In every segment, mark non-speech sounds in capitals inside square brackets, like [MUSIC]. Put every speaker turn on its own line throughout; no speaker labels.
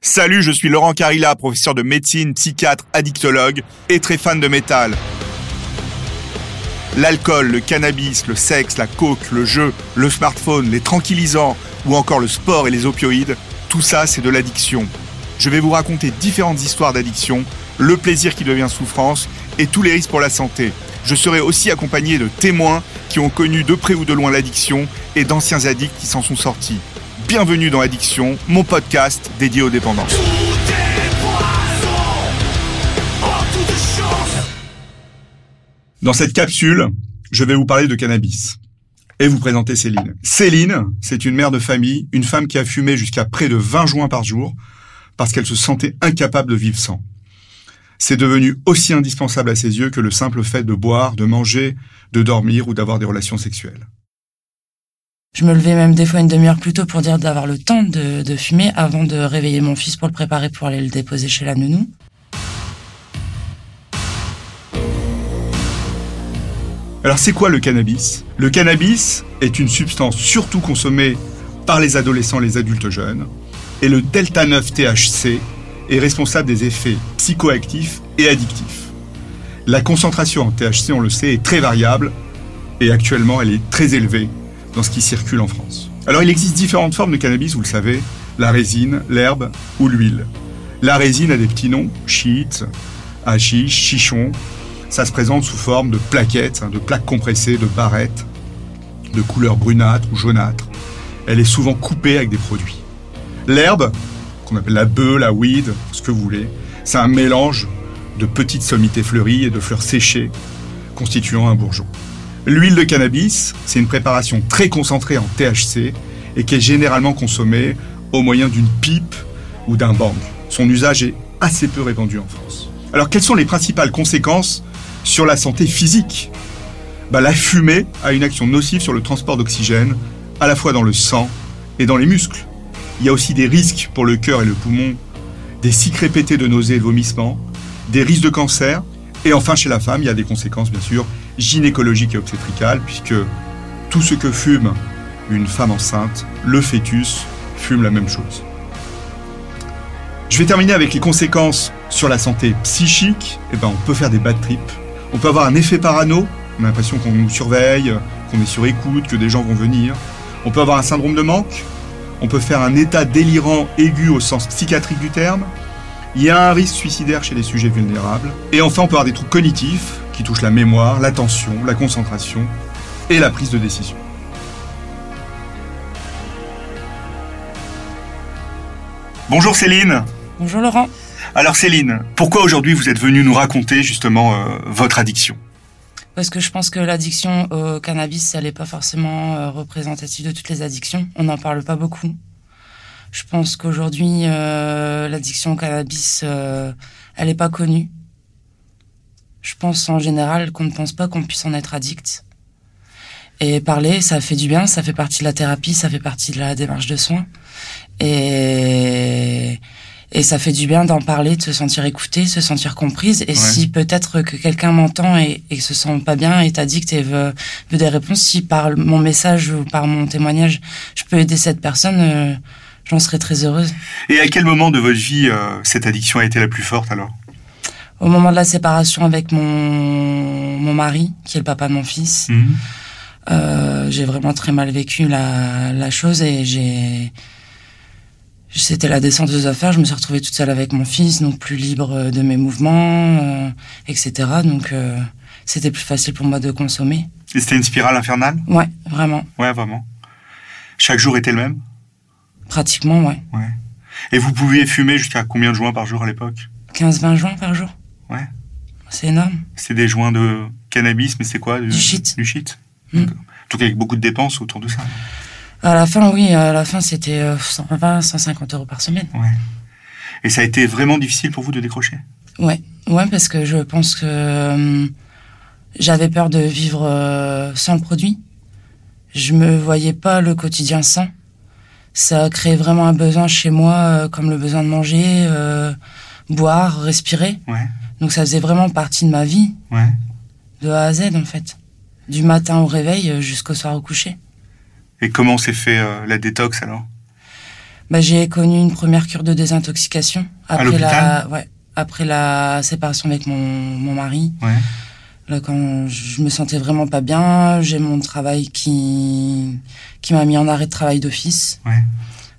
Salut, je suis Laurent Carilla, professeur de médecine, psychiatre, addictologue et très fan de métal. L'alcool, le cannabis, le sexe, la coke, le jeu, le smartphone, les tranquillisants ou encore le sport et les opioïdes, tout ça c'est de l'addiction. Je vais vous raconter différentes histoires d'addiction, le plaisir qui devient souffrance et tous les risques pour la santé. Je serai aussi accompagné de témoins qui ont connu de près ou de loin l'addiction et d'anciens addicts qui s'en sont sortis. Bienvenue dans Addiction, mon podcast dédié aux dépendances. Dans cette capsule, je vais vous parler de cannabis et vous présenter Céline. Céline, c'est une mère de famille, une femme qui a fumé jusqu'à près de 20 joints par jour parce qu'elle se sentait incapable de vivre sans. C'est devenu aussi indispensable à ses yeux que le simple fait de boire, de manger, de dormir ou d'avoir des relations sexuelles.
Je me levais même des fois une demi-heure plus tôt pour dire d'avoir le temps de, de fumer avant de réveiller mon fils pour le préparer pour aller le déposer chez la nounou.
Alors c'est quoi le cannabis Le cannabis est une substance surtout consommée par les adolescents et les adultes jeunes, et le delta 9 THC est responsable des effets psychoactifs et addictifs. La concentration en THC, on le sait, est très variable, et actuellement elle est très élevée dans ce qui circule en France. Alors il existe différentes formes de cannabis, vous le savez, la résine, l'herbe ou l'huile. La résine a des petits noms, shit, hashish, chichon. Ça se présente sous forme de plaquettes, hein, de plaques compressées, de barrettes, de couleur brunâtre ou jaunâtre. Elle est souvent coupée avec des produits. L'herbe, qu'on appelle la bœuf, la weed, ce que vous voulez, c'est un mélange de petites sommités fleuries et de fleurs séchées constituant un bourgeon. L'huile de cannabis, c'est une préparation très concentrée en THC et qui est généralement consommée au moyen d'une pipe ou d'un bang. Son usage est assez peu répandu en France. Alors quelles sont les principales conséquences sur la santé physique bah, La fumée a une action nocive sur le transport d'oxygène, à la fois dans le sang et dans les muscles. Il y a aussi des risques pour le cœur et le poumon, des cycles répétés de nausées et de vomissements, des risques de cancer, et enfin chez la femme, il y a des conséquences bien sûr gynécologique et obstétricale, puisque tout ce que fume une femme enceinte, le fœtus fume la même chose. Je vais terminer avec les conséquences sur la santé psychique. Eh ben, on peut faire des bad trips. On peut avoir un effet parano. On a l'impression qu'on nous surveille, qu'on est sur écoute, que des gens vont venir. On peut avoir un syndrome de manque. On peut faire un état délirant aigu au sens psychiatrique du terme. Il y a un risque suicidaire chez les sujets vulnérables. Et enfin, on peut avoir des troubles cognitifs qui touchent la mémoire, l'attention, la concentration et la prise de décision. Bonjour Céline.
Bonjour Laurent.
Alors Céline, pourquoi aujourd'hui vous êtes venue nous raconter justement euh, votre addiction
Parce que je pense que l'addiction au cannabis, elle n'est pas forcément euh, représentative de toutes les addictions. On n'en parle pas beaucoup. Je pense qu'aujourd'hui, euh, l'addiction au cannabis, euh, elle n'est pas connue. Je pense en général qu'on ne pense pas qu'on puisse en être addict. Et parler, ça fait du bien, ça fait partie de la thérapie, ça fait partie de la démarche de soins. Et, et ça fait du bien d'en parler, de se sentir écoutée, se sentir comprise. Et ouais. si peut-être que quelqu'un m'entend et, et se sent pas bien, est addict et veut, veut, des réponses, si par mon message ou par mon témoignage, je peux aider cette personne, euh, j'en serais très heureuse.
Et à quel moment de votre vie euh, cette addiction a été la plus forte alors
Au moment de la séparation avec mon, mon mari, qui est le papa de mon fils, mmh. euh, j'ai vraiment très mal vécu la, la chose et j'ai... C'était la descente aux affaires, je me suis retrouvée toute seule avec mon fils, donc plus libre euh, de mes mouvements, euh, etc. Donc euh, c'était plus facile pour moi de consommer.
Et c'était une spirale infernale
Ouais, vraiment.
Ouais, vraiment. Chaque jour était le même
Pratiquement, ouais.
ouais. Et vous pouviez fumer jusqu'à combien de joints par jour à l'époque
15-20 joints par jour.
Ouais.
C'est énorme.
C'est des joints de cannabis, mais c'est quoi euh,
Du, du shit. Hmm.
Du shit. Mmh. Donc, en tout cas, avec beaucoup de dépenses autour de ça.
À la fin, oui, à la fin, c'était euh, 120, 150 euros par semaine.
Ouais. Et ça a été vraiment difficile pour vous de décrocher
Ouais, ouais, parce que je pense que euh, j'avais peur de vivre euh, sans le produit. Je me voyais pas le quotidien sans ça a créé vraiment un besoin chez moi, euh, comme le besoin de manger, euh, boire, respirer.
Ouais.
Donc ça faisait vraiment partie de ma vie,
ouais.
de A à Z en fait, du matin au euh, réveil jusqu'au soir au coucher.
Et comment s'est fait euh, la détox alors
Bah, j'ai connu une première cure de désintoxication après
l'hôpital
la, ouais, après la séparation avec mon, mon mari.
Ouais.
Là, quand je me sentais vraiment pas bien, j'ai mon travail qui qui m'a mis en arrêt de travail d'office.
Ouais.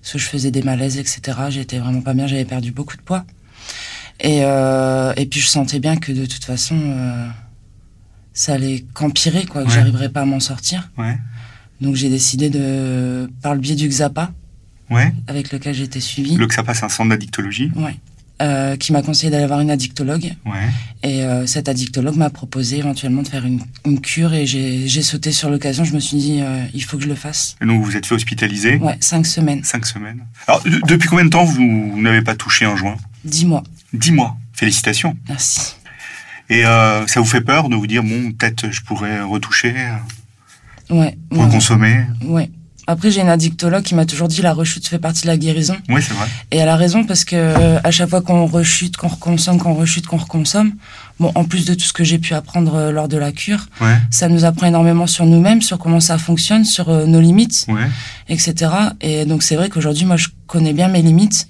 Parce que je faisais des malaises, etc. J'étais vraiment pas bien, j'avais perdu beaucoup de poids. Et euh, et puis je sentais bien que de toute façon, euh, ça allait qu'empirer, quoi, que
Ouais.
j'arriverais pas à m'en sortir.
Ouais.
Donc j'ai décidé de, par le biais du Xapa,
Ouais.
avec lequel j'étais suivie,
Le XAPA, c'est un centre d'addictologie.
euh, qui m'a conseillé d'aller voir une addictologue.
Ouais.
Et euh, cette addictologue m'a proposé éventuellement de faire une, une cure et j'ai j'ai sauté sur l'occasion. Je me suis dit, euh, il faut que je le fasse.
Et donc, vous vous êtes fait hospitaliser
Ouais, cinq semaines,
cinq semaines. Alors, de- depuis combien de temps vous, vous n'avez pas touché un joint
dix mois.
Dix mois. Félicitations.
Merci.
Et euh, ça vous fait peur de vous dire, bon, peut-être je pourrais retoucher, euh,
Ouais. ouais,
reconsommer
ouais. Après, j'ai une addictologue qui m'a toujours dit la rechute fait partie de la guérison.
Oui, c'est vrai.
Et elle a raison parce que euh, à chaque fois qu'on rechute, qu'on reconsomme, qu'on rechute, qu'on reconsomme, bon, en plus de tout ce que j'ai pu apprendre euh, lors de la cure,
Ouais.
ça nous apprend énormément sur nous-mêmes, sur comment ça fonctionne, sur euh, nos limites,
Ouais.
etc. Et donc c'est vrai qu'aujourd'hui, moi, je connais bien mes limites.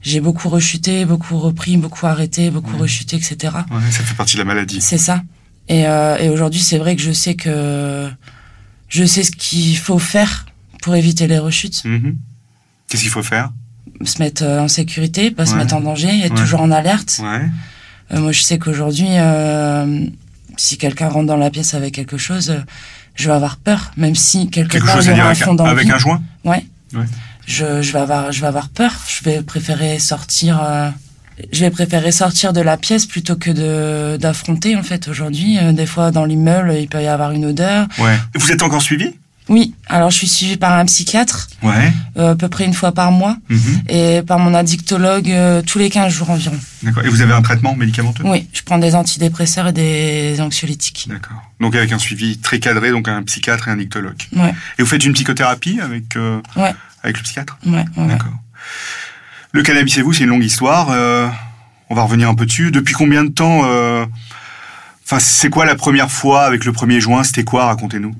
J'ai beaucoup rechuté, beaucoup repris, beaucoup arrêté, beaucoup
Ouais.
rechuté, etc.
ouais. Ça fait partie de la maladie.
C'est ça. Et, euh, et aujourd'hui, c'est vrai que je sais que je sais ce qu'il faut faire pour éviter les rechutes,
Mhm. Qu'est-ce qu'il faut faire
se mettre euh, en sécurité, pas se
Ouais.
mettre en danger, être
Ouais.
toujours en alerte.
Ouais.
Euh, moi, je sais qu'aujourd'hui, euh, si quelqu'un rentre dans la pièce avec quelque chose, euh, je vais avoir peur, même si quelque,
Quelque
part
chose
il
à
y
dire
aura un
avec,
fond
un, avec
d'envie.
un joint
Je, je vais avoir, je vais avoir peur. Je vais préférer sortir. euh, je vais préférer sortir de la pièce plutôt que de d'affronter en fait aujourd'hui. Euh, des fois, dans l'immeuble, il peut y avoir une odeur.
Ouais. Vous êtes encore suivi
Oui. Alors, je suis suivie par un psychiatre
Ouais.
euh, à peu près une fois par mois
Mhm.
et par mon addictologue euh, tous les 15 jours environ.
D'accord. Et vous avez un traitement médicamenteux
Oui, je prends des antidépresseurs et des anxiolytiques.
D'accord. Donc avec un suivi très cadré, donc un psychiatre et un dictologue.
Ouais.
Et vous faites une psychothérapie avec, euh,
Ouais.
avec le psychiatre
Ouais, ouais, ouais.
D'accord. Le cannabis et vous, c'est une longue histoire. euh, on va revenir un peu dessus. Depuis combien de temps euh, Enfin, c'est quoi la première fois avec le 1er juin C'était quoi Racontez-nous.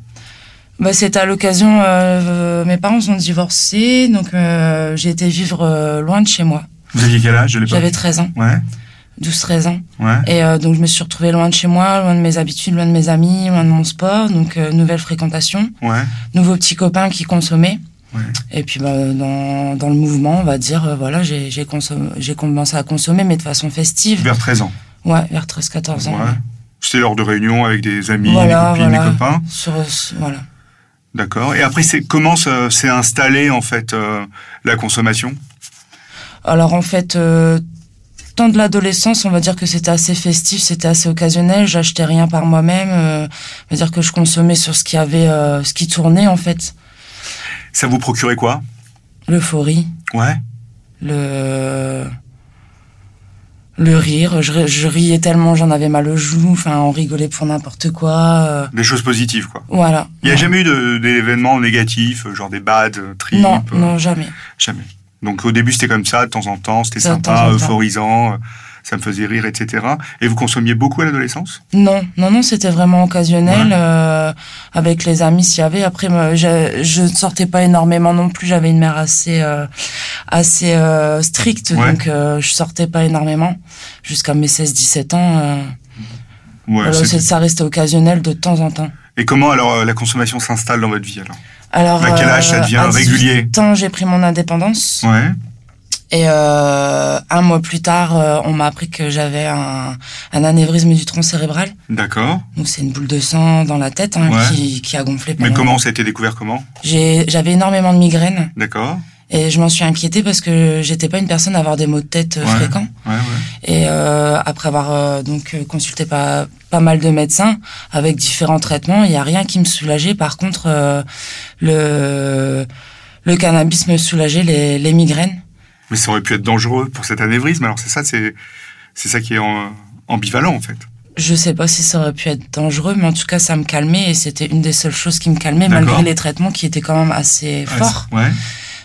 Bah, c'était à l'occasion. euh, mes parents sont divorcés, donc euh, j'ai été vivre euh, loin de chez moi.
Vous aviez quel âge Je l'ai pas.
J'avais 13 ans,
Ouais,
12-13 ans.
ouais.
Et euh, donc je me suis retrouvée loin de chez moi, loin de mes habitudes, loin de mes amis, loin de mon sport. Donc euh, nouvelle fréquentation,
Ouais,
nouveaux petits copains qui consommaient.
Ouais.
Et puis bah, dans, dans le mouvement, on va dire, euh, voilà, j'ai j'ai consommé- j'ai commencé à consommer, mais de façon festive.
vers 13 ans.
Ouais, vers 13-14 ans.
Ouais. C'était lors de réunions avec des amis,
Voilà,
des copines,
voilà.
des copains.
Sur, sur- voilà.
D'accord. Et après, c'est comment se- s'est installée en fait euh, la consommation
Alors en fait, euh, temps de l'adolescence, on va dire que c'était assez festif, c'était assez occasionnel. J'achetais rien par moi-même. euh, on va dire que je consommais sur ce qui avait, euh, ce qui tournait en fait.
Ça vous procurait quoi
L'euphorie,
Ouais.
le le rire. Je, ri- je riais tellement, j'en avais mal au joue. Enfin, on rigolait pour n'importe quoi. euh,
Des choses positives, quoi.
voilà.
Il n'y a
Ouais.
jamais eu de- d'événements négatifs, euh, genre des bads, euh, trips
Non,
euh,
non, jamais.
Jamais. Donc au début, c'était comme ça, de temps en temps, c'était
Ça, de
sympa,
temps en temps.
euphorisant, euh, ça me faisait rire, etc. Et vous consommiez beaucoup à l'adolescence
Non, non, non, c'était vraiment occasionnel
Ouais.
euh, avec les amis s'il y avait. Après, moi, je, je ne sortais pas énormément non plus. J'avais une mère assez euh, assez euh, stricte,
Ouais.
donc euh, je sortais pas énormément jusqu'à mes 16-17 ans. euh,
Ouais.
voilà,
c'est-
c'est- ça restait occasionnel de temps en temps.
Et comment alors euh, la consommation s'installe dans votre vie alors
Alors, euh,
À quel âge ça devient
à 18
régulier
ans, j'ai pris mon indépendance
Ouais.
et euh, un mois plus tard, euh, on m'a appris que j'avais un, un anévrisme du tronc cérébral.
D'accord.
Donc c'est une boule de sang dans la tête hein,
Ouais.
qui, qui a gonflé.
Mais
pendant-
comment ça a été découvert Comment
J'ai- J'avais énormément de migraines
D'accord.
et je m'en suis inquiétée parce que j'étais pas une personne à avoir des maux de tête euh,
Ouais.
fréquents.
Ouais, ouais.
Et euh, après avoir euh, donc euh, consulté pas pas mal de médecins avec différents traitements, il y a rien qui me soulageait. Par contre, euh, le le cannabis me soulageait les, les migraines.
Mais ça aurait pu être dangereux pour cet anévrisme. Alors c'est ça, c'est c'est ça qui est en- ambivalent en fait.
Je sais pas si ça aurait pu être dangereux, mais en tout cas ça me calmait et c'était une des seules choses qui me calmait
D'accord. Ah,
malgré les traitements qui étaient quand même assez forts.
Ouais.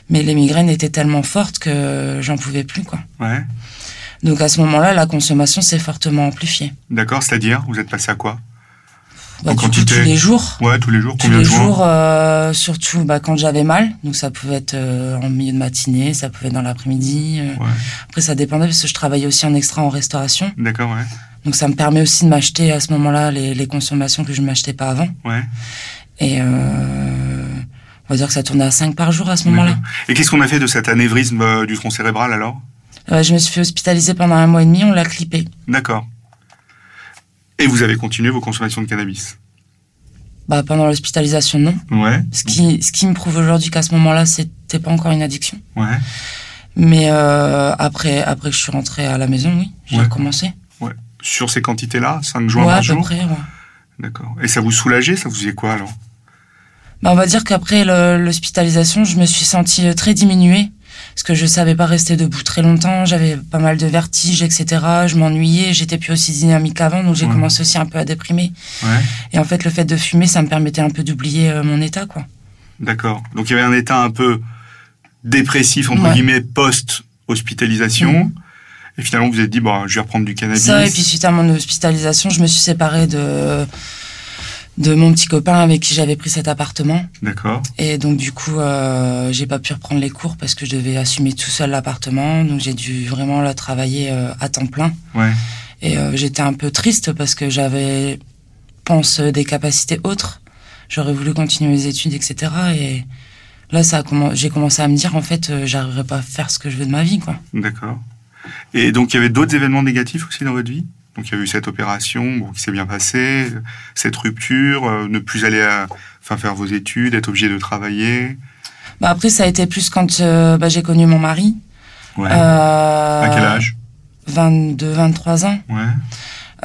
Mais les migraines étaient tellement fortes que j'en pouvais plus quoi.
Ouais.
Donc à ce moment-là, la consommation s'est fortement amplifiée.
D'accord. C'est-à-dire, vous êtes passé à quoi En
bah, du coup,
quantité.
tous les jours.
Ouais, tous les jours,
Tous
combien
les
de joints
jours, euh, surtout bah, quand j'avais mal. Donc ça pouvait être euh, en milieu de matinée, ça pouvait être dans l'après-midi. euh.
Ouais.
Après ça dépendait parce que je travaillais aussi en extra en restauration.
D'accord, ouais.
Donc ça me permet aussi de m'acheter à ce moment-là les, les consommations que je ne m'achetais pas avant.
ouais.
Et euh, on va dire que ça tournait à 5 par jour à ce moment-là.
D'accord. Et qu'est-ce qu'on a fait de cet anévrisme euh, du tronc cérébral alors
Euh, je me suis fait hospitaliser pendant un mois et demi, on l'a clippé.
D'accord. Et vous avez continué vos consommations de cannabis
Bah, pendant l'hospitalisation, non.
Ouais.
Ce qui, ce qui me prouve aujourd'hui qu'à ce moment-là, c'était pas encore une addiction.
Ouais.
Mais euh, après, après que je suis rentrée à la maison, oui, j'ai
Ouais.
recommencé.
Sur ces quantités-là, 5 joints
ouais,
par
à peu
jour
près. ouais.
D'accord. Et ça vous soulageait Ça vous faisait quoi alors
Bah, on va dire qu'après le- l'hospitalisation, je me suis sentie euh, très diminuée. Parce que je savais pas rester debout très longtemps, j'avais pas mal de vertiges, etc. Je m'ennuyais, j'étais plus aussi dynamique qu'avant, donc j'ai
Ouais.
commencé aussi un peu à déprimer.
Ouais.
Et en fait, le fait de fumer, ça me permettait un peu d'oublier euh, mon état, quoi.
D'accord. Donc il y avait un état un peu dépressif, entre
Ouais. Mhm.
guillemets, post-hospitalisation. Et finalement, vous vous êtes dit, bon, je vais reprendre du cannabis.
Ça, et puis suite à mon hospitalisation, je me suis séparée de, de mon petit copain avec qui j'avais pris cet appartement.
D'accord.
Et donc, du coup, euh, j'ai pas pu reprendre les cours parce que je devais assumer tout seul l'appartement. Donc, j'ai dû vraiment la travailler euh, à temps plein.
Ouais.
Et euh, j'étais un peu triste parce que j'avais, pense, euh, des capacités autres. J'aurais voulu continuer mes études, etc. Et là, ça a commen- j'ai commencé à me dire, en fait, euh, j'arriverai pas à faire ce que je veux de ma vie, quoi.
D'accord. Et donc, il y avait d'autres événements négatifs aussi dans votre vie Donc, il y avait eu cette opération bon, qui s'est bien passée, euh, cette rupture, euh, ne plus aller à, enfin, faire vos études, être obligé de travailler.
Bah, après, ça a été plus quand euh, bah, j'ai connu mon mari.
Ouais.
Euh,
à quel âge
22, 23 ans.
Ouais.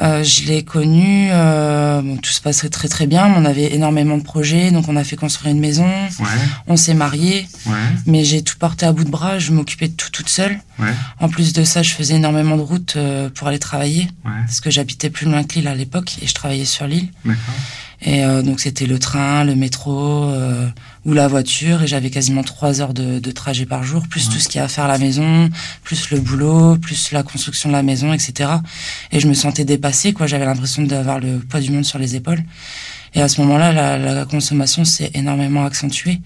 Euh, je l'ai connu, euh, bon, tout se passait très très bien, mais on avait énormément de projets, donc on a fait construire une maison,
Ouais.
on s'est mariés,
Ouais.
mais j'ai tout porté à bout de bras, je m'occupais de tout toute seule.
Ouais.
En plus de ça, je faisais énormément de routes euh, pour aller travailler,
Ouais.
parce que j'habitais plus loin que Lille à l'époque, et je travaillais sur l'île.
D'accord.
Et euh, donc c'était le train, le métro, euh, ou la voiture, et j'avais quasiment trois heures de, de trajet par jour, plus
Ouais.
tout ce qu'il y a à faire à la maison, plus le boulot, plus la construction de la maison, etc. Et je me sentais dépassée, quoi. J'avais l'impression d'avoir le poids du monde sur les épaules. Et à ce moment-là, la, la consommation s'est énormément accentuée.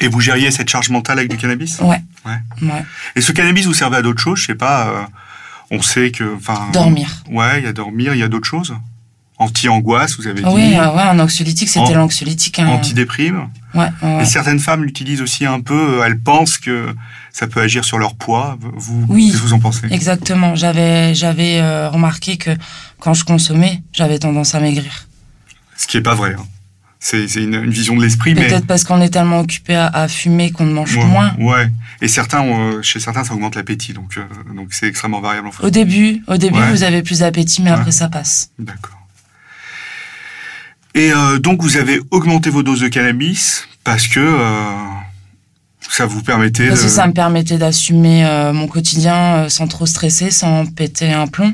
Et vous gériez cette charge mentale avec du cannabis
Ouais.
Ouais.
Ouais.
Et ce cannabis vous servait à d'autres choses Je sais pas. euh, on sait que. Enfin,
Dormir.
Ouais, il y a dormir, il y a d'autres choses. Anti-angoisse, vous avez dit.
Oui, euh, ouais, un anxiolytique, c'était
En-
l'anxiolytique. Hein.
Anti-déprime.
Ouais, ouais, ouais.
Et certaines femmes l'utilisent aussi un peu, euh, elles pensent que ça peut agir sur leur poids. Vous,
Oui.
qu'est-ce que vous en pensez
Exactement. J'avais, j'avais euh, remarqué que quand je consommais, j'avais tendance à maigrir.
Ce qui est pas vrai. hein. C'est c'est une, une vision de l'esprit, mais.
Peut-être parce qu'on est tellement occupé à, à fumer qu'on ne mange
Ouais,
moins.
ouais. Et certains, ont, euh, chez certains, ça augmente l'appétit, donc euh, donc c'est extrêmement variable en
Au
fonction.
début, au début,
Ouais.
vous avez plus d'appétit, mais
Ouais.
après ça passe.
D'accord. Et euh, donc vous avez augmenté vos doses de cannabis parce que euh, ça vous permettait
Parce
de.
que ça me permettait d'assumer euh, mon quotidien euh, sans trop stresser, sans péter un plomb.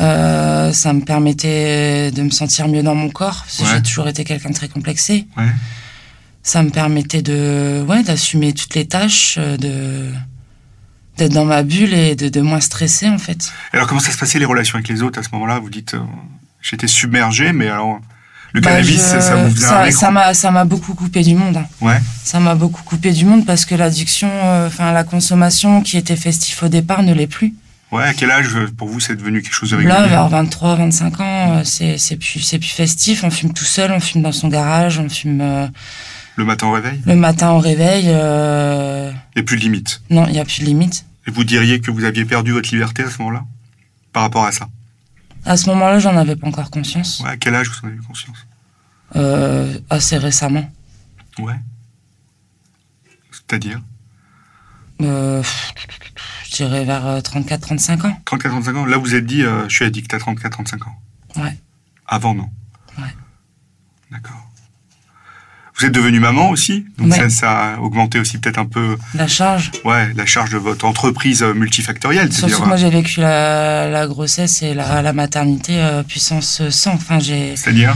Euh, ça me permettait de me sentir mieux dans mon corps, parce que
Ouais.
j'ai toujours été quelqu'un de très complexé.
Ouais.
Ça me permettait de, ouais, d'assumer toutes les tâches, euh, de d'être dans ma bulle et de, de moins stresser en fait.
Alors comment ça se passait les relations avec les autres à ce moment-là Vous dites, euh, j'étais submergé, mais alors le
Bah,
cannabis,
je-
ça, ça vous faisait un
ça-
écran.
ça m'a ça m'a beaucoup coupé du monde. hein.
Ouais.
Ça m'a beaucoup coupé du monde parce que l'addiction, euh, enfin la consommation qui était festif au départ ne l'est plus.
Ouais, à quel âge euh, pour vous c'est devenu quelque chose de régulier
Là, vers 23, 25 ans, euh, c'est c'est plus c'est plus festif. On fume tout seul, on fume dans son garage, on fume euh,
Le matin au réveil
le matin au réveil. euh,
Il n'y a plus de limite.
Non, il y a plus de limite.
Et vous diriez que vous aviez perdu votre liberté à ce moment-là Par rapport à ça
À ce moment-là, j'en avais pas encore conscience.
Ouais, à quel âge vous en avez eu conscience
Euh, assez récemment.
Ouais. C'est-à-dire
Euh, je dirais vers euh, 34, 35 ans.
34-35 ans Là, vous êtes dit, euh, je suis addict à 34-35 ans.
Ouais.
Avant, non
Ouais.
D'accord. Vous êtes devenue maman aussi, donc
Ouais.
ça, ça a augmenté aussi peut-être un peu
La charge.
ouais, la charge de votre entreprise euh, multifactorielle.
Surtout
C'est-à-dire, euh,
que moi, j'ai vécu la, la grossesse et la, la maternité euh, puissance 100. Enfin, j'ai
c'est-à-dire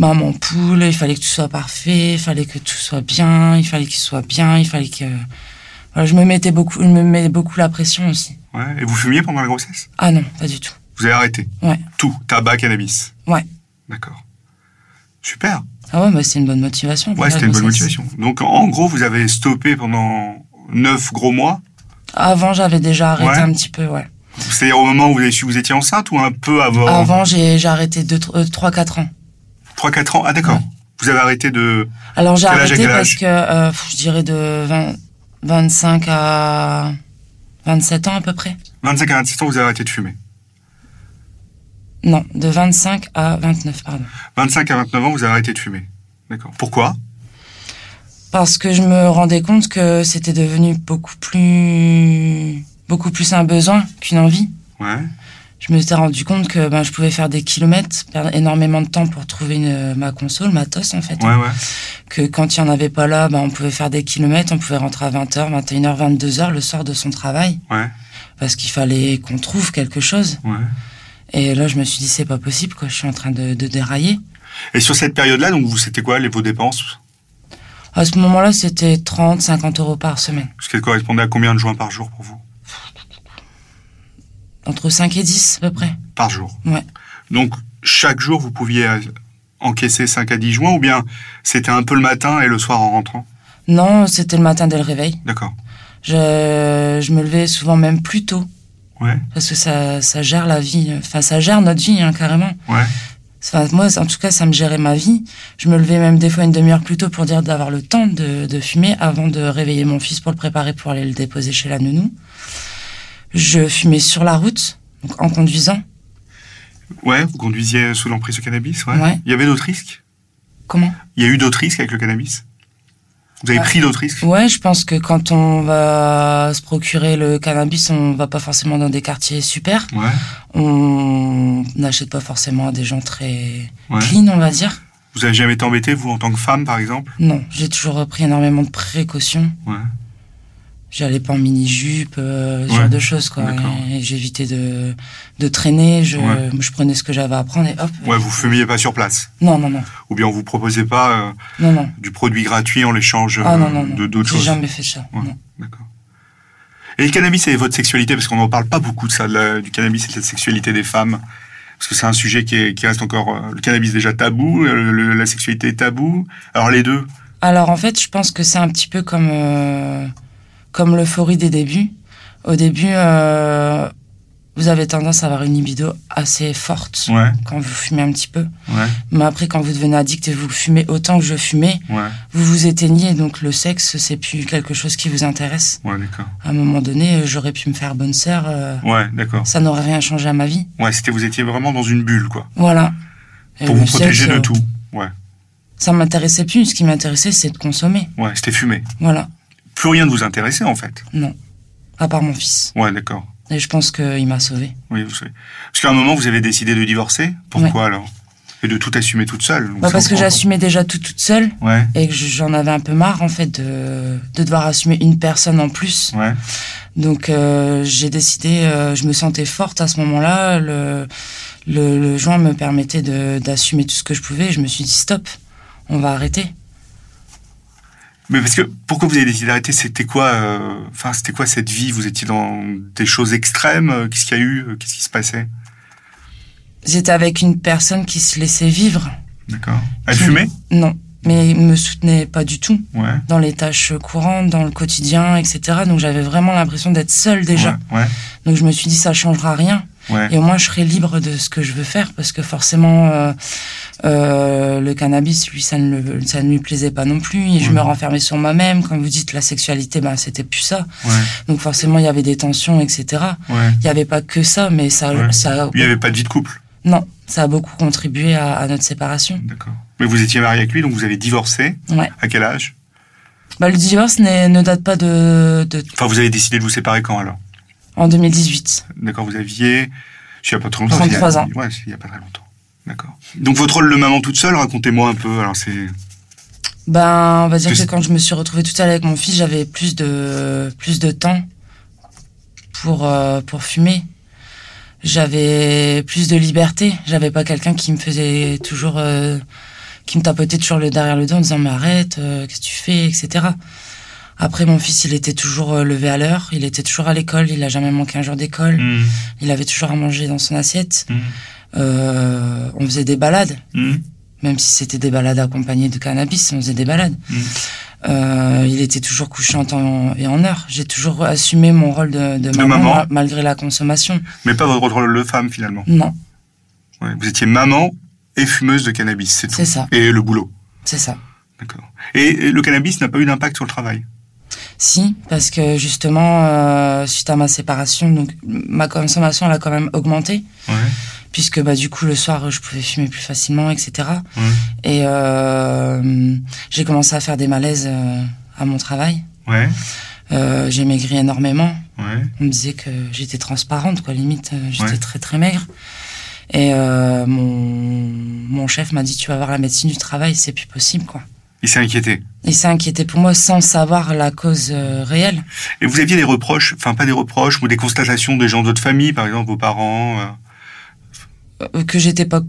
maman poule, il fallait que tout soit parfait, il fallait que tout soit bien, il fallait qu'il soit bien, il fallait que voilà, je me mettais beaucoup je me mets beaucoup la pression aussi.
ouais. Et vous fumiez pendant la grossesse
Ah non, pas du tout.
Vous avez arrêté
Ouais.
Tout, tabac, cannabis.
Ouais.
D'accord. Super.
Ah ouais, mais c'est une bonne motivation.
Ouais,
Voilà,
c'était une
donc
bonne
ça, c'est-
motivation. Donc, en gros, vous avez stoppé pendant neuf gros mois.
Avant, j'avais déjà arrêté
Ouais.
un petit peu, ouais.
C'est-à-dire au moment où vous avez su que vous étiez enceinte ou un peu avant
Avant, j'ai j'ai arrêté 3-4 ans.
3-4 ans Ah, d'accord.
Ouais.
Vous avez arrêté de.
Alors, j'ai
Quel âge à
arrêté
quel
parce
âge
que euh, pff, je dirais de 20 25 à 27 ans à peu près.
25 à 26 ans, vous avez arrêté de fumer.
Non, de 25 à 29, pardon.
25 à 29 ans, vous avez arrêté de fumer. D'accord. Pourquoi
Parce que je me rendais compte que c'était devenu beaucoup plus beaucoup plus un besoin qu'une envie.
Ouais.
Je me suis rendu compte que ben, je pouvais faire des kilomètres, perdre énormément de temps pour trouver une, ma console, ma TOS en fait.
Ouais, ouais.
Que quand il n'y en avait pas là, ben, on pouvait faire des kilomètres, on pouvait rentrer à 20h, 21h, 22h le soir de son travail.
Ouais.
Parce qu'il fallait qu'on trouve quelque chose.
Ouais.
Et là, je me suis dit, c'est pas possible, quoi. Je suis en train de, de dérailler.
Et sur cette période-là, donc, vous, c'était quoi les, vos dépenses
À ce moment-là, c'était 30, 50 euros par semaine.
Ce qui correspondait à combien de joints par jour pour vous
Entre 5 et 10, à peu près.
Par jour.
Ouais.
Donc, chaque jour, vous pouviez euh, encaisser 5 à 10 joints ou bien c'était un peu le matin et le soir en rentrant
Non, c'était le matin dès le réveil.
D'accord.
Je, je me levais souvent même plus tôt.
Ouais.
Parce que ça, ça gère la vie. Enfin, ça gère notre vie, hein, carrément.
Ouais.
Enfin, moi, en tout cas, ça me gérait ma vie. Je me levais même des fois une demi-heure plus tôt pour dire d'avoir le temps de, de fumer avant de réveiller mon fils pour le préparer pour aller le déposer chez la nounou. Je fumais sur la route, donc en conduisant.
Ouais, vous conduisiez sous l'emprise du cannabis, ouais.
Ouais.
Il y avait d'autres risques
Comment
Il y a eu d'autres risques avec le cannabis Vous avez
Ouais.
pris d'autres risques
Ouais, je pense que quand on va se procurer le cannabis, on va pas forcément dans des quartiers super.
Ouais.
On n'achète pas forcément à des gens très
Ouais.
clean, on va dire.
Vous avez jamais été embêté, vous, en tant que femme, par exemple
Non, j'ai toujours pris énormément de précautions.
Ouais.
J'allais pas en mini-jupe, euh, ce
Ouais,
genre de choses, quoi.
d'accord.
Et j'évitais de, de traîner, je,
Ouais.
je prenais ce que j'avais à prendre et hop.
Ouais, vous fumiez pas sur place.
Non, non, non,
Ou bien on vous proposait pas euh,
non, non.
du produit gratuit en l'échange
Ah
euh,
non, non, non.
de d'autres
J'ai
choses.
jamais fait ça.
Ouais.
non.
D'accord. Et le cannabis et votre sexualité, parce qu'on n'en parle pas beaucoup de ça, de la- du cannabis et de la sexualité des femmes, parce que c'est un sujet qui, est- qui reste encore. euh, Le cannabis déjà tabou, euh, le- la sexualité est tabou. Alors les deux.
Alors en fait, je pense que c'est un petit peu comme euh, comme l'euphorie des débuts. Au début, euh, vous avez tendance à avoir une libido assez forte
Ouais,
quand vous fumez un petit peu.
ouais,
Mais après, quand vous devenez addict et vous fumez autant que je fumais,
ouais,
vous vous éteignez. Donc le sexe, c'est plus quelque chose qui vous intéresse.
ouais, d'accord.
À un moment donné, euh, j'aurais pu me faire bonne sœur. euh,
Ouais, d'accord.
ça n'aurait rien changé à ma vie.
Ouais, c'était vous étiez vraiment dans une bulle, quoi,
Voilà. Et
pour
le
vous
sexe,
protéger de
euh,
tout.
Ça m'intéressait plus. Ce qui m'intéressait, c'est de consommer.
Ouais, c'était fumé.
Voilà.
Plus rien ne vous intéressait en fait.
À part mon fils.
Ouais, d'accord.
Et je pense qu'il m'a sauvé.
Oui, vous savez. Parce qu'à un moment, vous avez décidé de divorcer. Pourquoi alors Et de tout assumer toute seule. Donc,
Bah,
ça
parce que
encore-
j'assumais déjà tout toute seule
Ouais,
et que je- j'en avais un peu marre en fait de, de devoir assumer une personne en plus.
ouais,
Donc euh, j'ai décidé, euh, je me sentais forte à ce moment-là. Le, le, le joint me permettait de- d'assumer tout ce que je pouvais. et Je me suis dit stop, on va arrêter.
Mais parce que pourquoi vous avez décidé d'arrêter C'était quoi euh, Enfin, c'était quoi cette vie Vous étiez dans des choses extrêmes euh, Qu'est-ce qu'il y a eu Euh, Qu'est-ce qui se passait
J'étais avec une personne qui se laissait vivre.
D'accord. Elle
Qui-
fumait
Non, mais il me soutenait pas du tout
Ouais.
dans les tâches courantes, dans le quotidien, etc. Donc j'avais vraiment l'impression d'être seule déjà.
Ouais.
Donc je me suis dit ça changera rien.
Ouais.
Et au moins, je serai libre de ce que je veux faire, parce que forcément, euh, euh, le cannabis, lui, ça ne, le- ça ne lui plaisait pas non plus. Et je
Ouais.
me renfermais sur moi-même. Comme vous dites, la sexualité, ben, c'était plus ça.
Ouais.
Donc forcément, il y avait des tensions, etc.
ouais, ouais.
Il n'y avait pas que ça, mais ça,
Ouais.
ça,
Il n'y avait pas de vie de couple.
non, ça a beaucoup contribué à, à notre séparation.
D'accord. Mais vous étiez marié avec lui, donc vous avez divorcé.
Ouais.
À quel âge
Bah, le divorce n'est- ne date pas de, de,
Enfin, vous avez décidé de vous séparer quand alors
en 2018.
D'accord, vous aviez. Je sais pas trop longtemps.
33
il y a-
ans.
Ouais, c'est il n'y a pas très longtemps. D'accord. Donc votre rôle de maman toute seule, racontez-moi un peu. Alors c'est.
Ben, on va dire
Plus-
que quand je me suis retrouvée toute seule avec mon fils, j'avais plus de plus de temps pour euh, pour fumer. J'avais plus de liberté. J'avais pas quelqu'un qui me faisait toujours euh, qui me tapotait toujours le derrière le dos en disant mais arrête, euh, qu'est-ce que tu fais, etc. Après mon fils, il était toujours euh, levé à l'heure. Il était toujours à l'école. Il a jamais manqué un jour d'école.
Hum, mmh,
Il avait toujours à manger dans son assiette.
hum,
Euh, on faisait des balades.
hum.
même si c'était des balades accompagnées de cannabis, on faisait des balades. Mmh. Euh, il était toujours couché en temps et en heure. J'ai toujours assumé mon rôle de, de, de maman, maman, malgré la consommation.
Mais pas votre rôle de femme finalement.
Non.
Ouais, vous étiez maman et fumeuse de cannabis, c'est tout.
C'est ça.
Et le boulot.
C'est ça.
D'accord. Et, et le cannabis n'a pas eu d'impact sur le travail.
Si, parce que justement, euh, suite à ma séparation, donc ma consommation elle a quand même augmenté.
Ouais
puisque bah du coup le soir je pouvais fumer plus facilement etc mmh. et euh, j'ai commencé à faire des malaises euh, à mon travail
ouais.
euh, j'ai maigri énormément
ouais.
on me disait que j'étais transparente quoi limite euh, j'étais ouais. très très maigre et euh, mon, mon chef m'a dit tu vas voir la médecine du travail c'est plus possible quoi
il s'est inquiété.
Il s'est inquiété pour moi sans savoir la cause euh, réelle.
Et vous aviez des reproches, enfin pas des reproches, ou des constatations des gens de votre famille, par exemple vos parents euh,
euh, que j'étais pas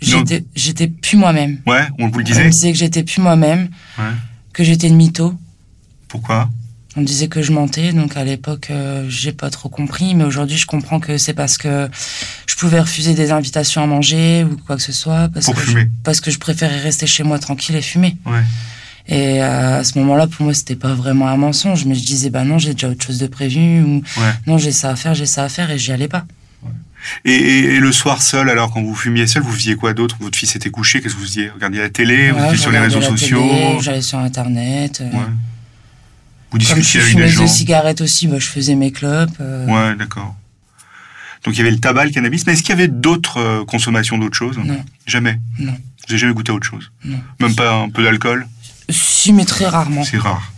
j'étais j'étais plus moi-même
ouais on vous le disait on
me disait que j'étais plus moi-même
ouais.
que j'étais une mytho
pourquoi
on me disait que je mentais donc à l'époque euh, j'ai pas trop compris mais aujourd'hui je comprends que c'est parce que je pouvais refuser des invitations à manger ou quoi que ce soit parce
pour
que
fumer.
Je, parce que je préférais rester chez moi tranquille et fumer
ouais.
Et euh, à ce moment-là, pour moi, c'était pas vraiment un mensonge, mais je disais, bah non, j'ai déjà autre chose de prévu, ou
ouais.
non, j'ai ça à faire, j'ai ça à faire, et j'y allais pas.
Et, et, et, le soir seul, alors quand vous fumiez seul, vous faisiez quoi d'autre Votre fils était couché, qu'est-ce que vous faisiez Regardiez la télé, vous
Ouais,
étiez
je
sur les
regardais
réseaux
la
sociaux
télé, J'allais sur Internet. euh,
Ouais. Vous
Comme
discutiez
je
avec des
fumais
gens
de cigarettes aussi, bah, je faisais mes clopes. euh,
Ouais, d'accord. Donc il y avait le tabac, le cannabis, mais est-ce qu'il y avait d'autres euh, consommations d'autres choses
Non.
Jamais
Non.
Vous n'avez jamais goûté à autre chose
Non.
Même pas un peu d'alcool
Si, mais très rarement.
C'est rare.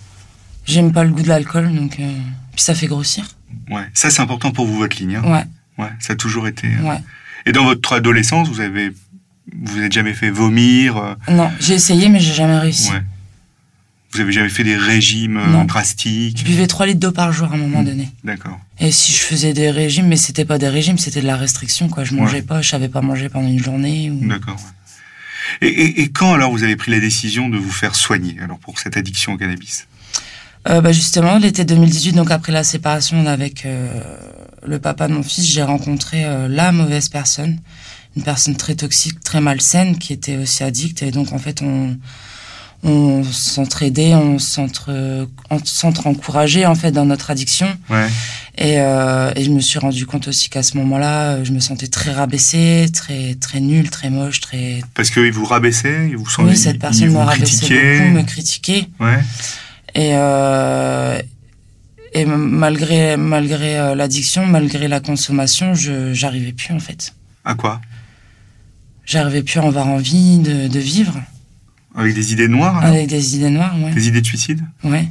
J'aime pas le goût de l'alcool, donc. euh, Puis ça fait grossir.
Ouais. Ça, c'est important pour vous, votre ligne. hein.
Ouais,
Ouais, ça a toujours été. euh.
ouais.
Et dans votre adolescence, vous avez. Vous n'êtes jamais fait vomir euh,
Non, j'ai essayé, mais j'ai jamais réussi.
Ouais. Vous avez jamais fait des régimes euh,
Non. Je
drastiques
buvais 3 litres d'eau par jour à un moment
Mm.
donné.
D'accord.
Et si je faisais des régimes, mais c'était pas des régimes, c'était de la restriction, quoi. Je mangeais
Ouais.
pas, je savais pas manger pendant une journée. Ou...
D'accord. ouais. Et, et- et quand alors vous avez pris la décision de vous faire soigner alors pour cette addiction au cannabis
Euh, bah justement, l'été 2018, donc après la séparation avec euh, le papa de mon fils, j'ai rencontré euh, la mauvaise personne, une personne très toxique, très malsaine, qui était aussi addict. Et donc en fait, on, on s'entraidait, on s'entre- on s'entre-encourageait en fait dans notre addiction.
Ouais.
Et, euh, et je me suis rendu compte aussi qu'à ce moment-là, euh, je me sentais très rabaissée, très très nulle, très moche, très
Parce qu'ils vous rabaissaient, ils vous sont
oui, cette personne
ils
me
vous
rabaissait
critiquaient.
beaucoup, me critiquait.
Ouais.
Et, euh, et m- malgré, malgré euh, l'addiction, malgré la consommation, je j'arrivais plus en fait.
À quoi
J'arrivais plus à avoir envie de, de vivre
Avec des idées noires alors
avec des idées noires, Ah ouais.
Des idées de suicide
Ouais,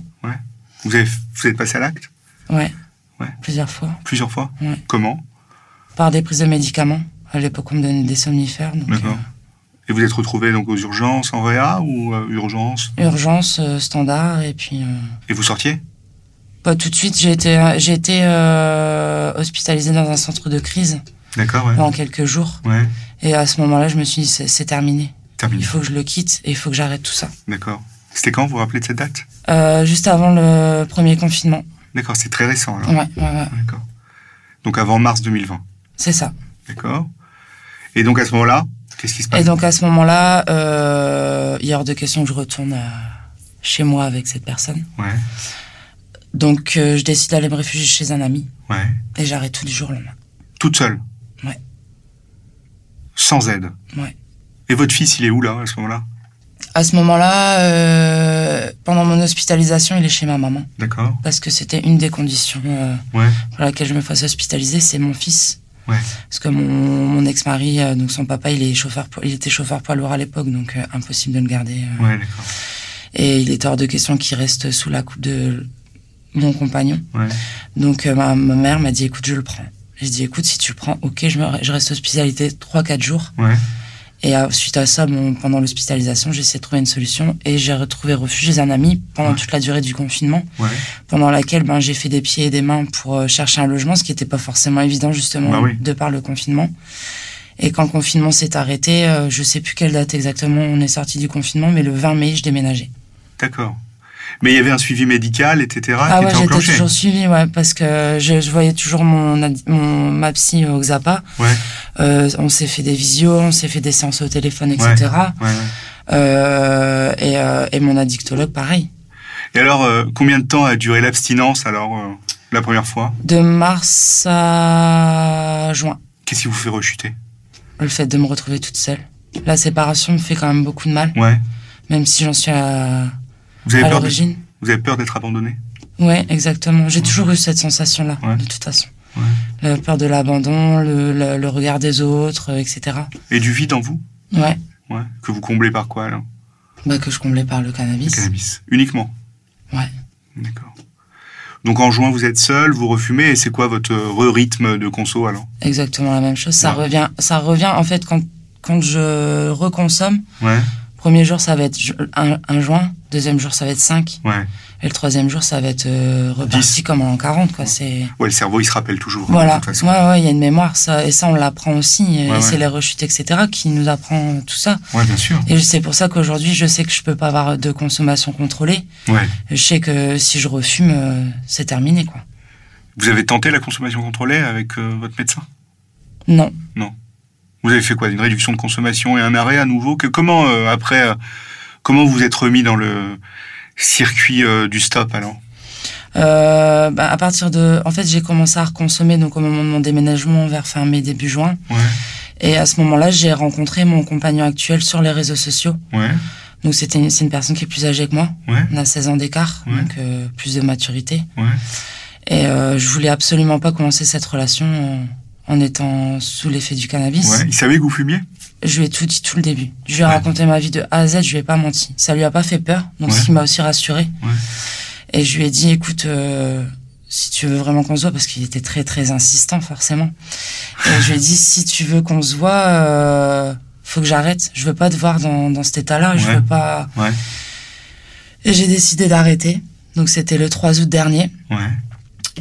vous, avez, vous êtes passé à l'acte
ouais.
Ouais.
Plusieurs fois.
plusieurs fois
Ouais.
Comment
Par des prises de médicaments. À l'époque, on me donnait des somnifères. Donc,
D'accord. Et vous êtes retrouvé donc aux urgences en réa ou euh, urgence
euh, urgence, euh, standard. Et puis, euh,
Et vous sortiez
pas Bah, tout de suite, j'ai été, j'ai été euh, hospitalisée dans un centre de crise
D'accord, ouais.
pendant quelques jours.
Ouais.
Et à ce moment-là, je me suis dit, c'est c'est terminé. Il
Terminé.
faut que je le quitte et il faut que j'arrête tout ça.
D'accord. C'était quand vous vous rappelez de cette date
Euh, juste avant le premier confinement.
D'accord, c'est très récent alors.
Ouais, ouais, ouais.
D'accord. Donc avant mars 2020.
c'est ça.
D'accord. Et donc à ce moment-là, qu'est-ce qui se passe
Et donc à ce moment-là, euh, il est hors de question que je retourne euh, chez moi avec cette personne.
Ouais,
Donc euh, je décide d'aller me réfugier chez un ami
ouais.
et j'arrête tout du jour au lendemain.
Toute seule
Ouais.
Sans aide
Ouais.
Et votre fils, il est où là, à ce moment-là
À ce moment-là, euh, pendant mon hospitalisation, il est chez ma maman
D'accord.
parce que c'était une des conditions euh,
Ouais.
pour laquelle je me fasse hospitaliser, c'est mon fils.
Ouais.
Parce que mon, mon ex-mari, euh, donc son papa, il est chauffeur, po- il était chauffeur poids lourd à l'époque, donc euh, impossible de le garder. euh,
Ouais, d'accord.
Et il est hors de question qu'il reste sous la coupe de mon compagnon.
Ouais.
Donc euh, ma, ma mère m'a dit écoute, je le prends. J'ai dit écoute, si tu le prends, ok, je, me, je reste hospitalisé 3-4 jours.
Ouais.
Et euh, suite à ça, bon, pendant l'hospitalisation, j'ai essayé de trouver une solution et j'ai retrouvé refuge chez un ami pendant
Ouais.
toute la durée du confinement,
Ouais.
pendant laquelle ben, j'ai fait des pieds et des mains pour euh, chercher un logement, ce qui n'était pas forcément évident justement
Bah oui.
de par le confinement. Et quand le confinement s'est arrêté, euh, je sais plus quelle date exactement on est sorti du confinement, mais le 20 mai, je déménageais.
D'accord. Mais il y avait un suivi médical, etc.
Ah
qui
ouais,
était
j'étais
enclenché.
toujours suivie, ouais, parce que je, je voyais toujours mon, ad- mon ma psy au Xapa.
Ouais,
Euh, on s'est fait des visios, on s'est fait des séances au téléphone, etc.
ouais, ouais.
Euh, et, euh, et mon addictologue, pareil.
Et alors, euh, combien de temps a duré l'abstinence alors euh, la première fois
De mars à juin,
Qu'est-ce qui vous fait rechuter
le fait de me retrouver toute seule. La séparation me fait quand même beaucoup de mal,
Ouais.
même si j'en suis à,
Vous avez
à
peur de-
l'origine.
Vous avez peur d'être abandonné
Ouais, exactement. J'ai toujours eu cette sensation-là,
Ouais.
de toute façon.
Ouais.
La peur de l'abandon, le, le, le regard des autres, euh, etc.
Et du vide en vous
Ouais,
Ouais. Que vous comblez par quoi alors
bah, que je comblais par le
Le
cannabis.
cannabis. Uniquement
Ouais.
D'accord. Donc en juin, vous êtes seul, vous refumez, et c'est quoi votre euh, rythme de conso alors
Exactement la même chose. Ça
Ouais.
revient, ça revient en fait quand quand je reconsomme.
Ouais,
Premier jour ça va être ju- un, un joint, deuxième jour ça va être 5
ouais.
et le troisième jour ça va être euh, reparti
Dix.
comme en 40 quoi. C'est
Ouais, le cerveau, il se rappelle toujours. hein,
voilà.
de toute façon.
Ouais ouais, il y a une mémoire ça et ça on l'apprend aussi. et
ouais.
c'est les rechutes etc qui nous apprend tout ça.
Ouais, bien sûr.
Et c'est pour ça qu'aujourd'hui je sais que je peux pas avoir de consommation contrôlée.
Ouais.
Je sais que si je refume euh, c'est terminé quoi.
Vous avez tenté la consommation contrôlée avec euh, votre médecin
Non.
Vous avez fait quoi Une réduction de consommation et un arrêt à nouveau que, Comment, euh, après, euh, comment vous êtes remis dans le circuit euh, du stop alors
Euh, bah, à partir de, en fait j'ai commencé à reconsommer donc au moment de mon déménagement vers fin mai début juin.
Ouais,
Et à ce moment-là, j'ai rencontré mon compagnon actuel sur les réseaux sociaux.
ouais,
Donc c'était une, c'est une personne qui est plus âgée que moi.
ouais,
On a 16 ans d'écart,
Ouais.
donc euh, plus de maturité.
ouais.
Et euh, je voulais absolument pas commencer cette relation euh, en étant sous l'effet du cannabis.
ouais. Il savait que vous fumiez
Je lui ai tout dit tout le début. Je lui ai
Ouais.
raconté ma vie de A à Z, je lui ai pas menti. Ça lui a pas fait peur, donc
Ouais.
ce qui m'a aussi rassuré.
Ouais.
Et je lui ai dit, écoute, euh, si tu veux vraiment qu'on se voit, parce qu'il était très très insistant forcément. Et je lui ai
[LAUGHS]
dit, si tu veux qu'on se voit, euh, faut que j'arrête. Je veux pas te voir dans, dans cet état-là. Je
Ouais.
veux pas.
Ouais.
Et j'ai décidé d'arrêter. Donc c'était le 3 août dernier.
Ouais.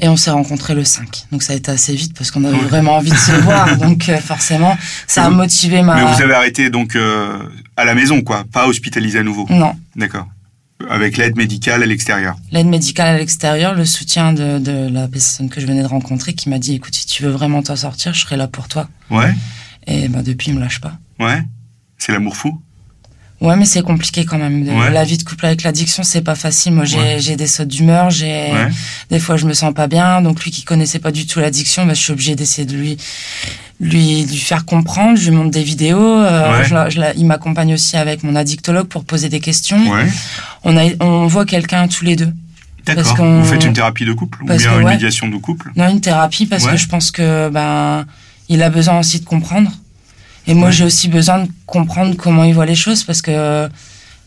Et on s'est rencontrés le 5. Donc ça a été assez vite parce qu'on avait
Ouais.
vraiment envie de se voir.
[LAUGHS]
Donc euh, forcément, ça a
Mais vous-
motivé ma...
Mais vous avez arrêté donc euh, à la maison, quoi, pas hospitalisé à nouveau.
Non.
D'accord. Avec l'aide médicale à l'extérieur.
l'aide médicale à l'extérieur, le soutien de, de la personne que je venais de rencontrer qui m'a dit écoute, si tu veux vraiment t'en sortir, je serai là pour toi.
Ouais,
Et ben depuis, il me lâche pas.
ouais. C'est l'amour fou.
Ouais, mais c'est compliqué quand même. de-
Ouais.
La vie de couple avec l'addiction, c'est pas facile. Moi, j'ai
Ouais.
j'ai des sautes d'humeur, j'ai
Ouais.
des fois je me sens pas bien. Donc lui qui connaissait pas du tout l'addiction, ben, je suis obligée d'essayer de lui lui lui faire comprendre. Je lui montre des vidéos. euh,
Ouais.
je la- je la- il m'accompagne aussi avec mon addictologue pour poser des questions.
Ouais.
On a on voit quelqu'un tous les deux.
D'accord.
qu'on-
Vous faites une thérapie de couple ou
parce
bien
que,
une
ouais.
médiation de couple.
Non, une thérapie parce
Ouais.
que je pense que ben il a besoin aussi de comprendre. Et moi
Ouais.
j'ai aussi besoin de comprendre comment il voit les choses parce que euh,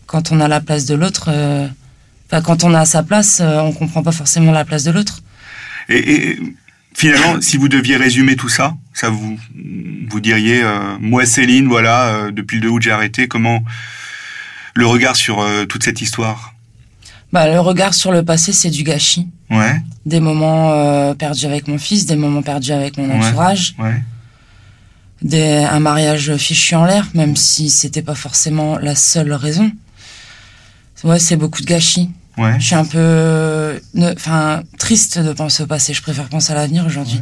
quand on a la place de l'autre, euh, enfin, quand on a sa place, euh, on comprend pas forcément la place de l'autre.
Et, et finalement, si vous deviez résumer tout ça, ça vous vous diriez euh, moi Céline, voilà, euh, depuis le 2 août j'ai arrêté. Comment le regard sur euh, toute cette histoire.
Bah le regard sur le passé c'est du gâchis.
Ouais,
Des moments euh, perdus avec mon fils, des moments perdus avec mon
Ouais.
entourage,
ouais,
des, un mariage fichu en l'air, même si c'était pas forcément la seule raison. Ouais, c'est beaucoup de gâchis.
ouais.
Je suis un peu euh, ne- enfin triste de penser au passé. Je préfère penser à l'avenir aujourd'hui.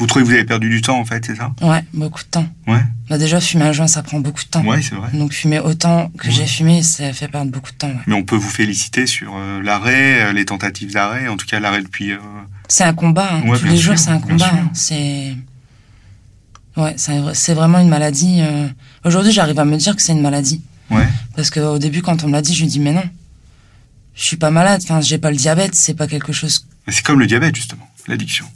Vous trouvez que vous avez perdu du temps en fait, c'est ça
Ouais. beaucoup de temps.
Ouais.
Bah déjà fumer un joint, ça prend beaucoup de temps.
Ouais, c'est vrai.
Donc fumer autant que
Ouais.
j'ai fumé, ça fait perdre beaucoup de temps. ouais.
Mais on peut vous féliciter sur euh, l'arrêt, euh, les tentatives d'arrêt, en tout cas l'arrêt depuis. euh,
C'est un combat. hein.
Ouais,
Tous
bien
les
sûr,
jours, c'est un
bien
combat.
sûr.
hein. C'est ouais, c'est un vrai- c'est vraiment une maladie. euh. Aujourd'hui, j'arrive à me dire que c'est une maladie.
Ouais.
Parce que au début, quand on me l'a dit, je lui dis mais non, je suis pas malade. Enfin, j'ai pas le diabète. C'est pas quelque chose.
C'est comme le diabète justement, l'addiction.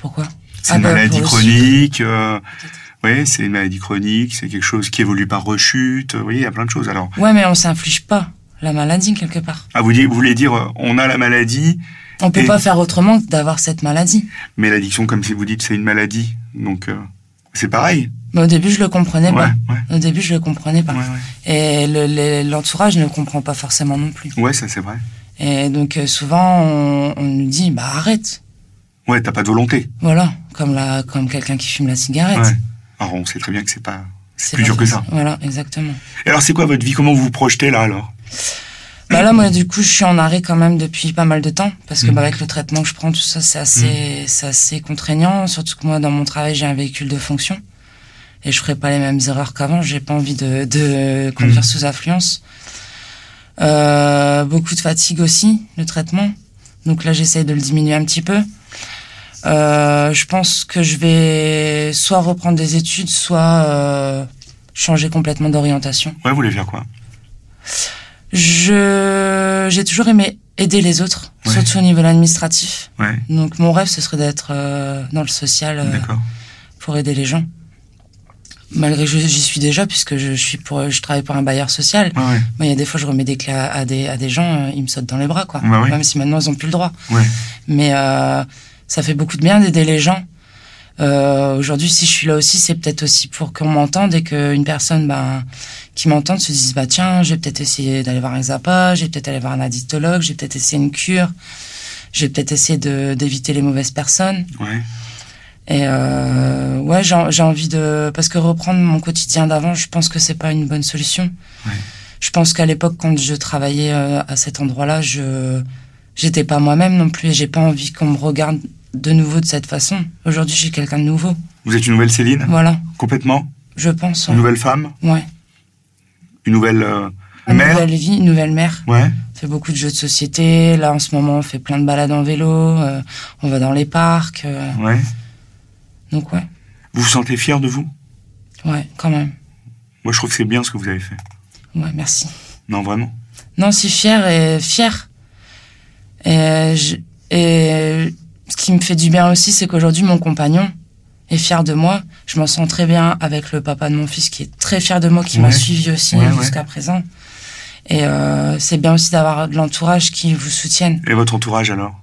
Pourquoi
C'est
Ah
une
bah,
maladie
pour le
chronique. euh,
Peut-être.
ouais, c'est une maladie chronique. C'est quelque chose qui évolue par rechute. euh, Vous voyez, il y a plein de choses. Alors,
Ouais, mais on s'inflige pas la maladie quelque part.
ah, vous, dites- vous voulez dire, euh, on a la maladie,
On peut
Et-
pas faire autrement que d'avoir cette maladie.
mais l'addiction, comme si vous dites, c'est une maladie. Donc, euh, c'est pareil.
Mais au début, je le comprenais
Ouais, ouais,
pas. Au début, je le comprenais pas.
ouais, ouais.
Et le- le- l'entourage ne le comprend pas forcément non plus.
Ouais, ça c'est vrai.
Et donc, euh, souvent, on, on nous dit, bah arrête.
Ouais, t'as pas de volonté.
Voilà, comme la, comme quelqu'un qui fume la cigarette.
Ouais. Alors, on sait très bien que c'est pas.
C'est
plus
pas
dur que
facile.
ça.
Voilà, exactement.
Et Alors, c'est quoi votre vie Comment vous vous projetez là alors
Bah là, moi, du coup, je suis en arrêt quand même depuis pas mal de temps, parce que bah, avec le traitement que je prends, tout ça, c'est assez, c'est assez contraignant. Surtout que moi, dans mon travail, j'ai un véhicule de fonction, et je ferai pas les mêmes erreurs qu'avant. J'ai pas envie de, de conduire sous influence. Euh, beaucoup de fatigue aussi, le traitement. Donc là, j'essaye de le diminuer un petit peu. Euh, je pense que je vais soit reprendre des études, soit euh, changer complètement d'orientation.
Ouais, vous voulez faire quoi
Je j'ai toujours aimé aider les autres,
Ouais.
surtout au niveau administratif.
Ouais,
Donc mon rêve ce serait d'être euh, dans le social euh,
d'accord.
pour aider les gens. Malgré que je- j'y suis déjà puisque je suis pour je travaille pour un bailleur social.
Ouais, ouais.
Moi, il y a des fois je remets des clés à, à des à des gens, euh, ils me sautent dans les bras quoi.
Bah oui.
Même si maintenant ils ont plus le droit.
Ouais.
Mais euh, ça fait beaucoup de bien d'aider les gens. Euh, Aujourd'hui, si je suis là aussi, c'est peut-être aussi pour qu'on m'entende et qu'une personne bah, qui m'entende se dise bah tiens, j'ai peut-être essayé d'aller voir un Xapa, j'ai peut-être allé voir un addictologue, j'ai peut-être essayé une cure, j'ai peut-être essayé de- d'éviter les mauvaises personnes.
Ouais.
Et euh, ouais, j'ai j'ai envie de parce que reprendre mon quotidien d'avant, je pense que c'est pas une bonne solution.
Ouais.
Je pense qu'à l'époque, quand je travaillais euh, à cet endroit-là, je j'étais pas moi-même non plus. et J'ai pas envie qu'on me regarde de nouveau de cette façon. Aujourd'hui, je suis quelqu'un de nouveau.
Vous êtes une nouvelle Céline
Voilà,
Complètement
je pense. hein.
Une nouvelle femme
Ouais.
Une nouvelle euh,
Une
mère
nouvelle vie, une nouvelle mère.
Ouais,
On fait beaucoup de jeux de société. Là, en ce moment, on fait plein de balades en vélo. euh, on va dans les parcs. euh,
ouais.
donc ouais,
Vous vous sentez fière de vous
ouais, quand même.
Moi, je trouve que c'est bien ce que vous avez fait.
Ouais, merci.
Non, vraiment
Non, si fière et fière. Et, je- et ce qui me fait du bien aussi, c'est qu'aujourd'hui, mon compagnon est fier de moi. Je m'en sens très bien avec le papa de mon fils qui est très fier de moi, qui m'a
Ouais.
suivi aussi
Ouais,
jusqu'à présent. Et euh, c'est bien aussi d'avoir de l'entourage qui vous soutienne.
Et votre entourage alors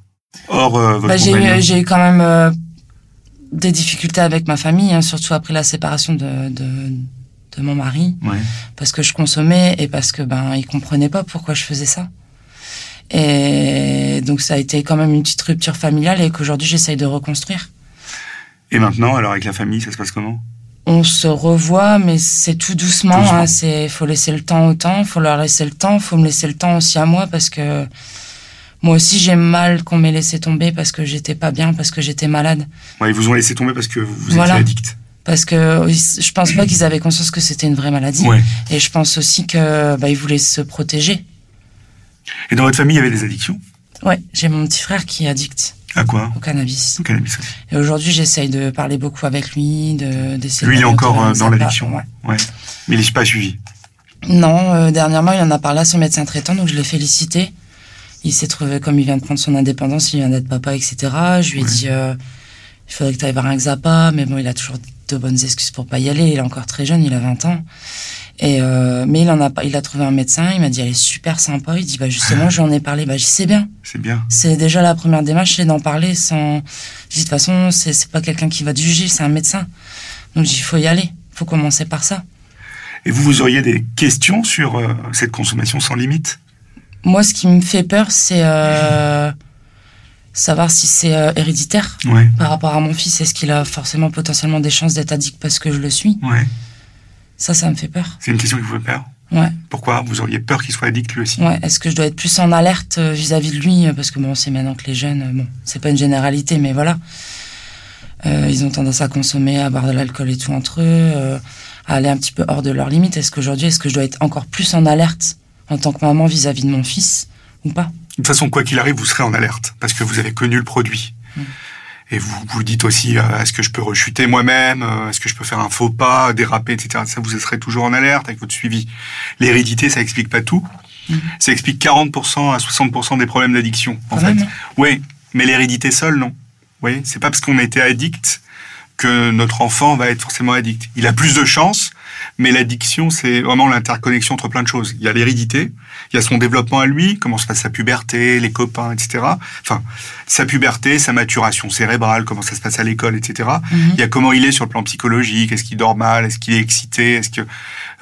Or, euh, votre
Bah, j'ai,
compagnon
eu, j'ai eu quand même euh, des difficultés avec ma famille, hein, surtout après la séparation de, de, de mon mari
Ouais,
parce que je consommais et parce que ben ils comprenaient pas pourquoi je faisais ça. Et donc ça a été quand même une petite rupture familiale et qu'aujourd'hui j'essaye de reconstruire.
Et maintenant, alors avec la famille, ça se passe comment
On se revoit, mais c'est tout doucement.
Doucement.
Hein, c'est faut laisser le temps au temps, faut leur laisser le temps, faut me laisser le temps aussi à moi parce que moi aussi j'ai mal qu'on m'ait laissé tomber parce que j'étais pas bien, parce que j'étais malade,
ouais, Ils vous ont laissé tomber parce que vous, vous
Voilà.
étiez addict.
parce que ils- je pense pas qu'ils avaient conscience que c'était une vraie maladie.
Ouais.
Et je pense aussi que bah, ils voulaient se protéger.
Et dans votre famille, il y avait des addictions
Ouais, j'ai mon petit frère qui est addict
À quoi
au cannabis.
Au cannabis aussi.
Et aujourd'hui, j'essaye de parler beaucoup avec lui, de d'essayer.
Lui, il
de
est
parler
encore
autour,
euh,
mais ça
dans
va,
l'addiction.
ouais.
Ouais. Mais il n'est pas suivi.
Non, euh, dernièrement, il en a parlé à son médecin traitant, donc je l'ai félicité. Il s'est trouvé comme il vient de prendre son indépendance, il vient d'être papa, etc. Je lui ai
Ouais.
dit, euh, il faudrait que tu ailles voir un Xapa, mais bon, il a toujours de bonnes excuses pour pas y aller. Il est encore très jeune, il a 20 ans. Et euh, mais il en a, pas- il a trouvé un médecin. Il m'a dit, elle est super sympa. Il dit,
[LAUGHS]
bah justement, j'en ai parlé. Bah, je sais bien.
C'est bien.
C'est déjà la première démarche, c'est d'en parler sans. Je dis, de toute façon, c'est c'est pas quelqu'un qui va te juger, c'est un médecin. Donc il faut y aller, faut commencer par ça.
Et vous, vous auriez des questions sur euh, cette consommation sans limite
Moi, ce qui me fait peur, c'est euh, savoir si c'est euh, héréditaire
Ouais.
par rapport à mon fils. Est-ce qu'il a forcément potentiellement des chances d'être addict parce que je le suis
Ouais.
Ça, ça me fait peur.
C'est une question qui vous fait peur
Ouais.
Pourquoi Vous auriez peur qu'il soit addict lui aussi
Ouais, est-ce que je dois être plus en alerte euh, vis-à-vis de lui euh, Parce que bon, on sait maintenant que les jeunes, euh, bon, c'est pas une généralité, mais voilà. Euh, ils ont tendance à consommer, à boire de l'alcool et tout entre eux, euh, à aller un petit peu hors de leurs limites. Est-ce qu'aujourd'hui, est-ce que je dois être encore plus en alerte en tant que maman vis-à-vis de mon fils ou pas
De toute façon, quoi qu'il arrive, vous serez en alerte parce que vous avez connu le produit.
Mm.
Et vous vous dites aussi, euh, est-ce que je peux rechuter moi-même euh, Est-ce que je peux faire un faux pas, déraper, etc. Ça, vous serez toujours en alerte avec votre suivi. L'hérédité, ça explique pas tout.
Mm.
Ça explique 40% à 60% des problèmes d'addiction, en
Quand
fait.
même, hein.
Oui, mais l'hérédité seule, non. Vous voyez, c'est pas parce qu'on a été addict que notre enfant va être forcément addict. Il a plus de chances, mais l'addiction, c'est vraiment l'interconnexion entre plein de choses. Il y a l'hérédité, il y a son développement à lui, comment se passe sa puberté, les copains, etc. Enfin, sa puberté, sa maturation cérébrale, comment ça se passe à l'école, etc.
Mhm.
Il y a comment il est sur le plan psychologique, est-ce qu'il dort mal, est-ce qu'il est excité, est-ce que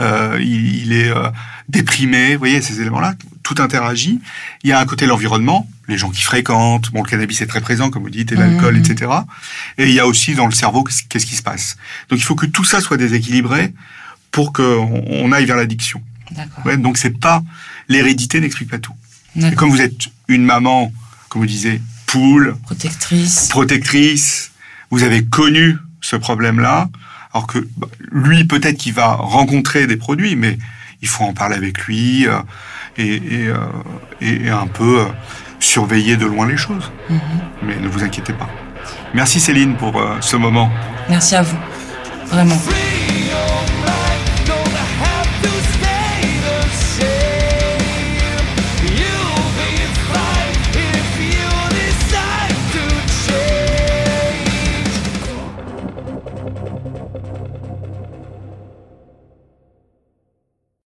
euh, il, il est euh, déprimé, vous voyez ces éléments-là, tout interagit. Il y a un côté l'environnement, les gens qui fréquentent, bon le cannabis est très présent comme vous dites, et l'alcool,
Mhm.
etc. Et il y a aussi dans le cerveau qu'est-ce- qu'est-ce qui se passe. Donc il faut que tout ça soit déséquilibré pour qu'on on aille vers l'addiction.
D'accord.
Ouais, donc c'est pas l'hérédité n'explique pas tout. Et comme vous êtes une maman, comme vous disiez, poule,
Protectrice.
protectrice, vous avez connu ce problème-là, alors que bah, lui, peut-être qu'il va rencontrer des produits, mais il faut en parler avec lui euh, et, et, euh, et- et un peu euh, surveiller de loin les choses.
Mhm.
Mais ne vous inquiétez pas. Merci Céline pour euh, ce moment.
Merci à vous. Vraiment.
Free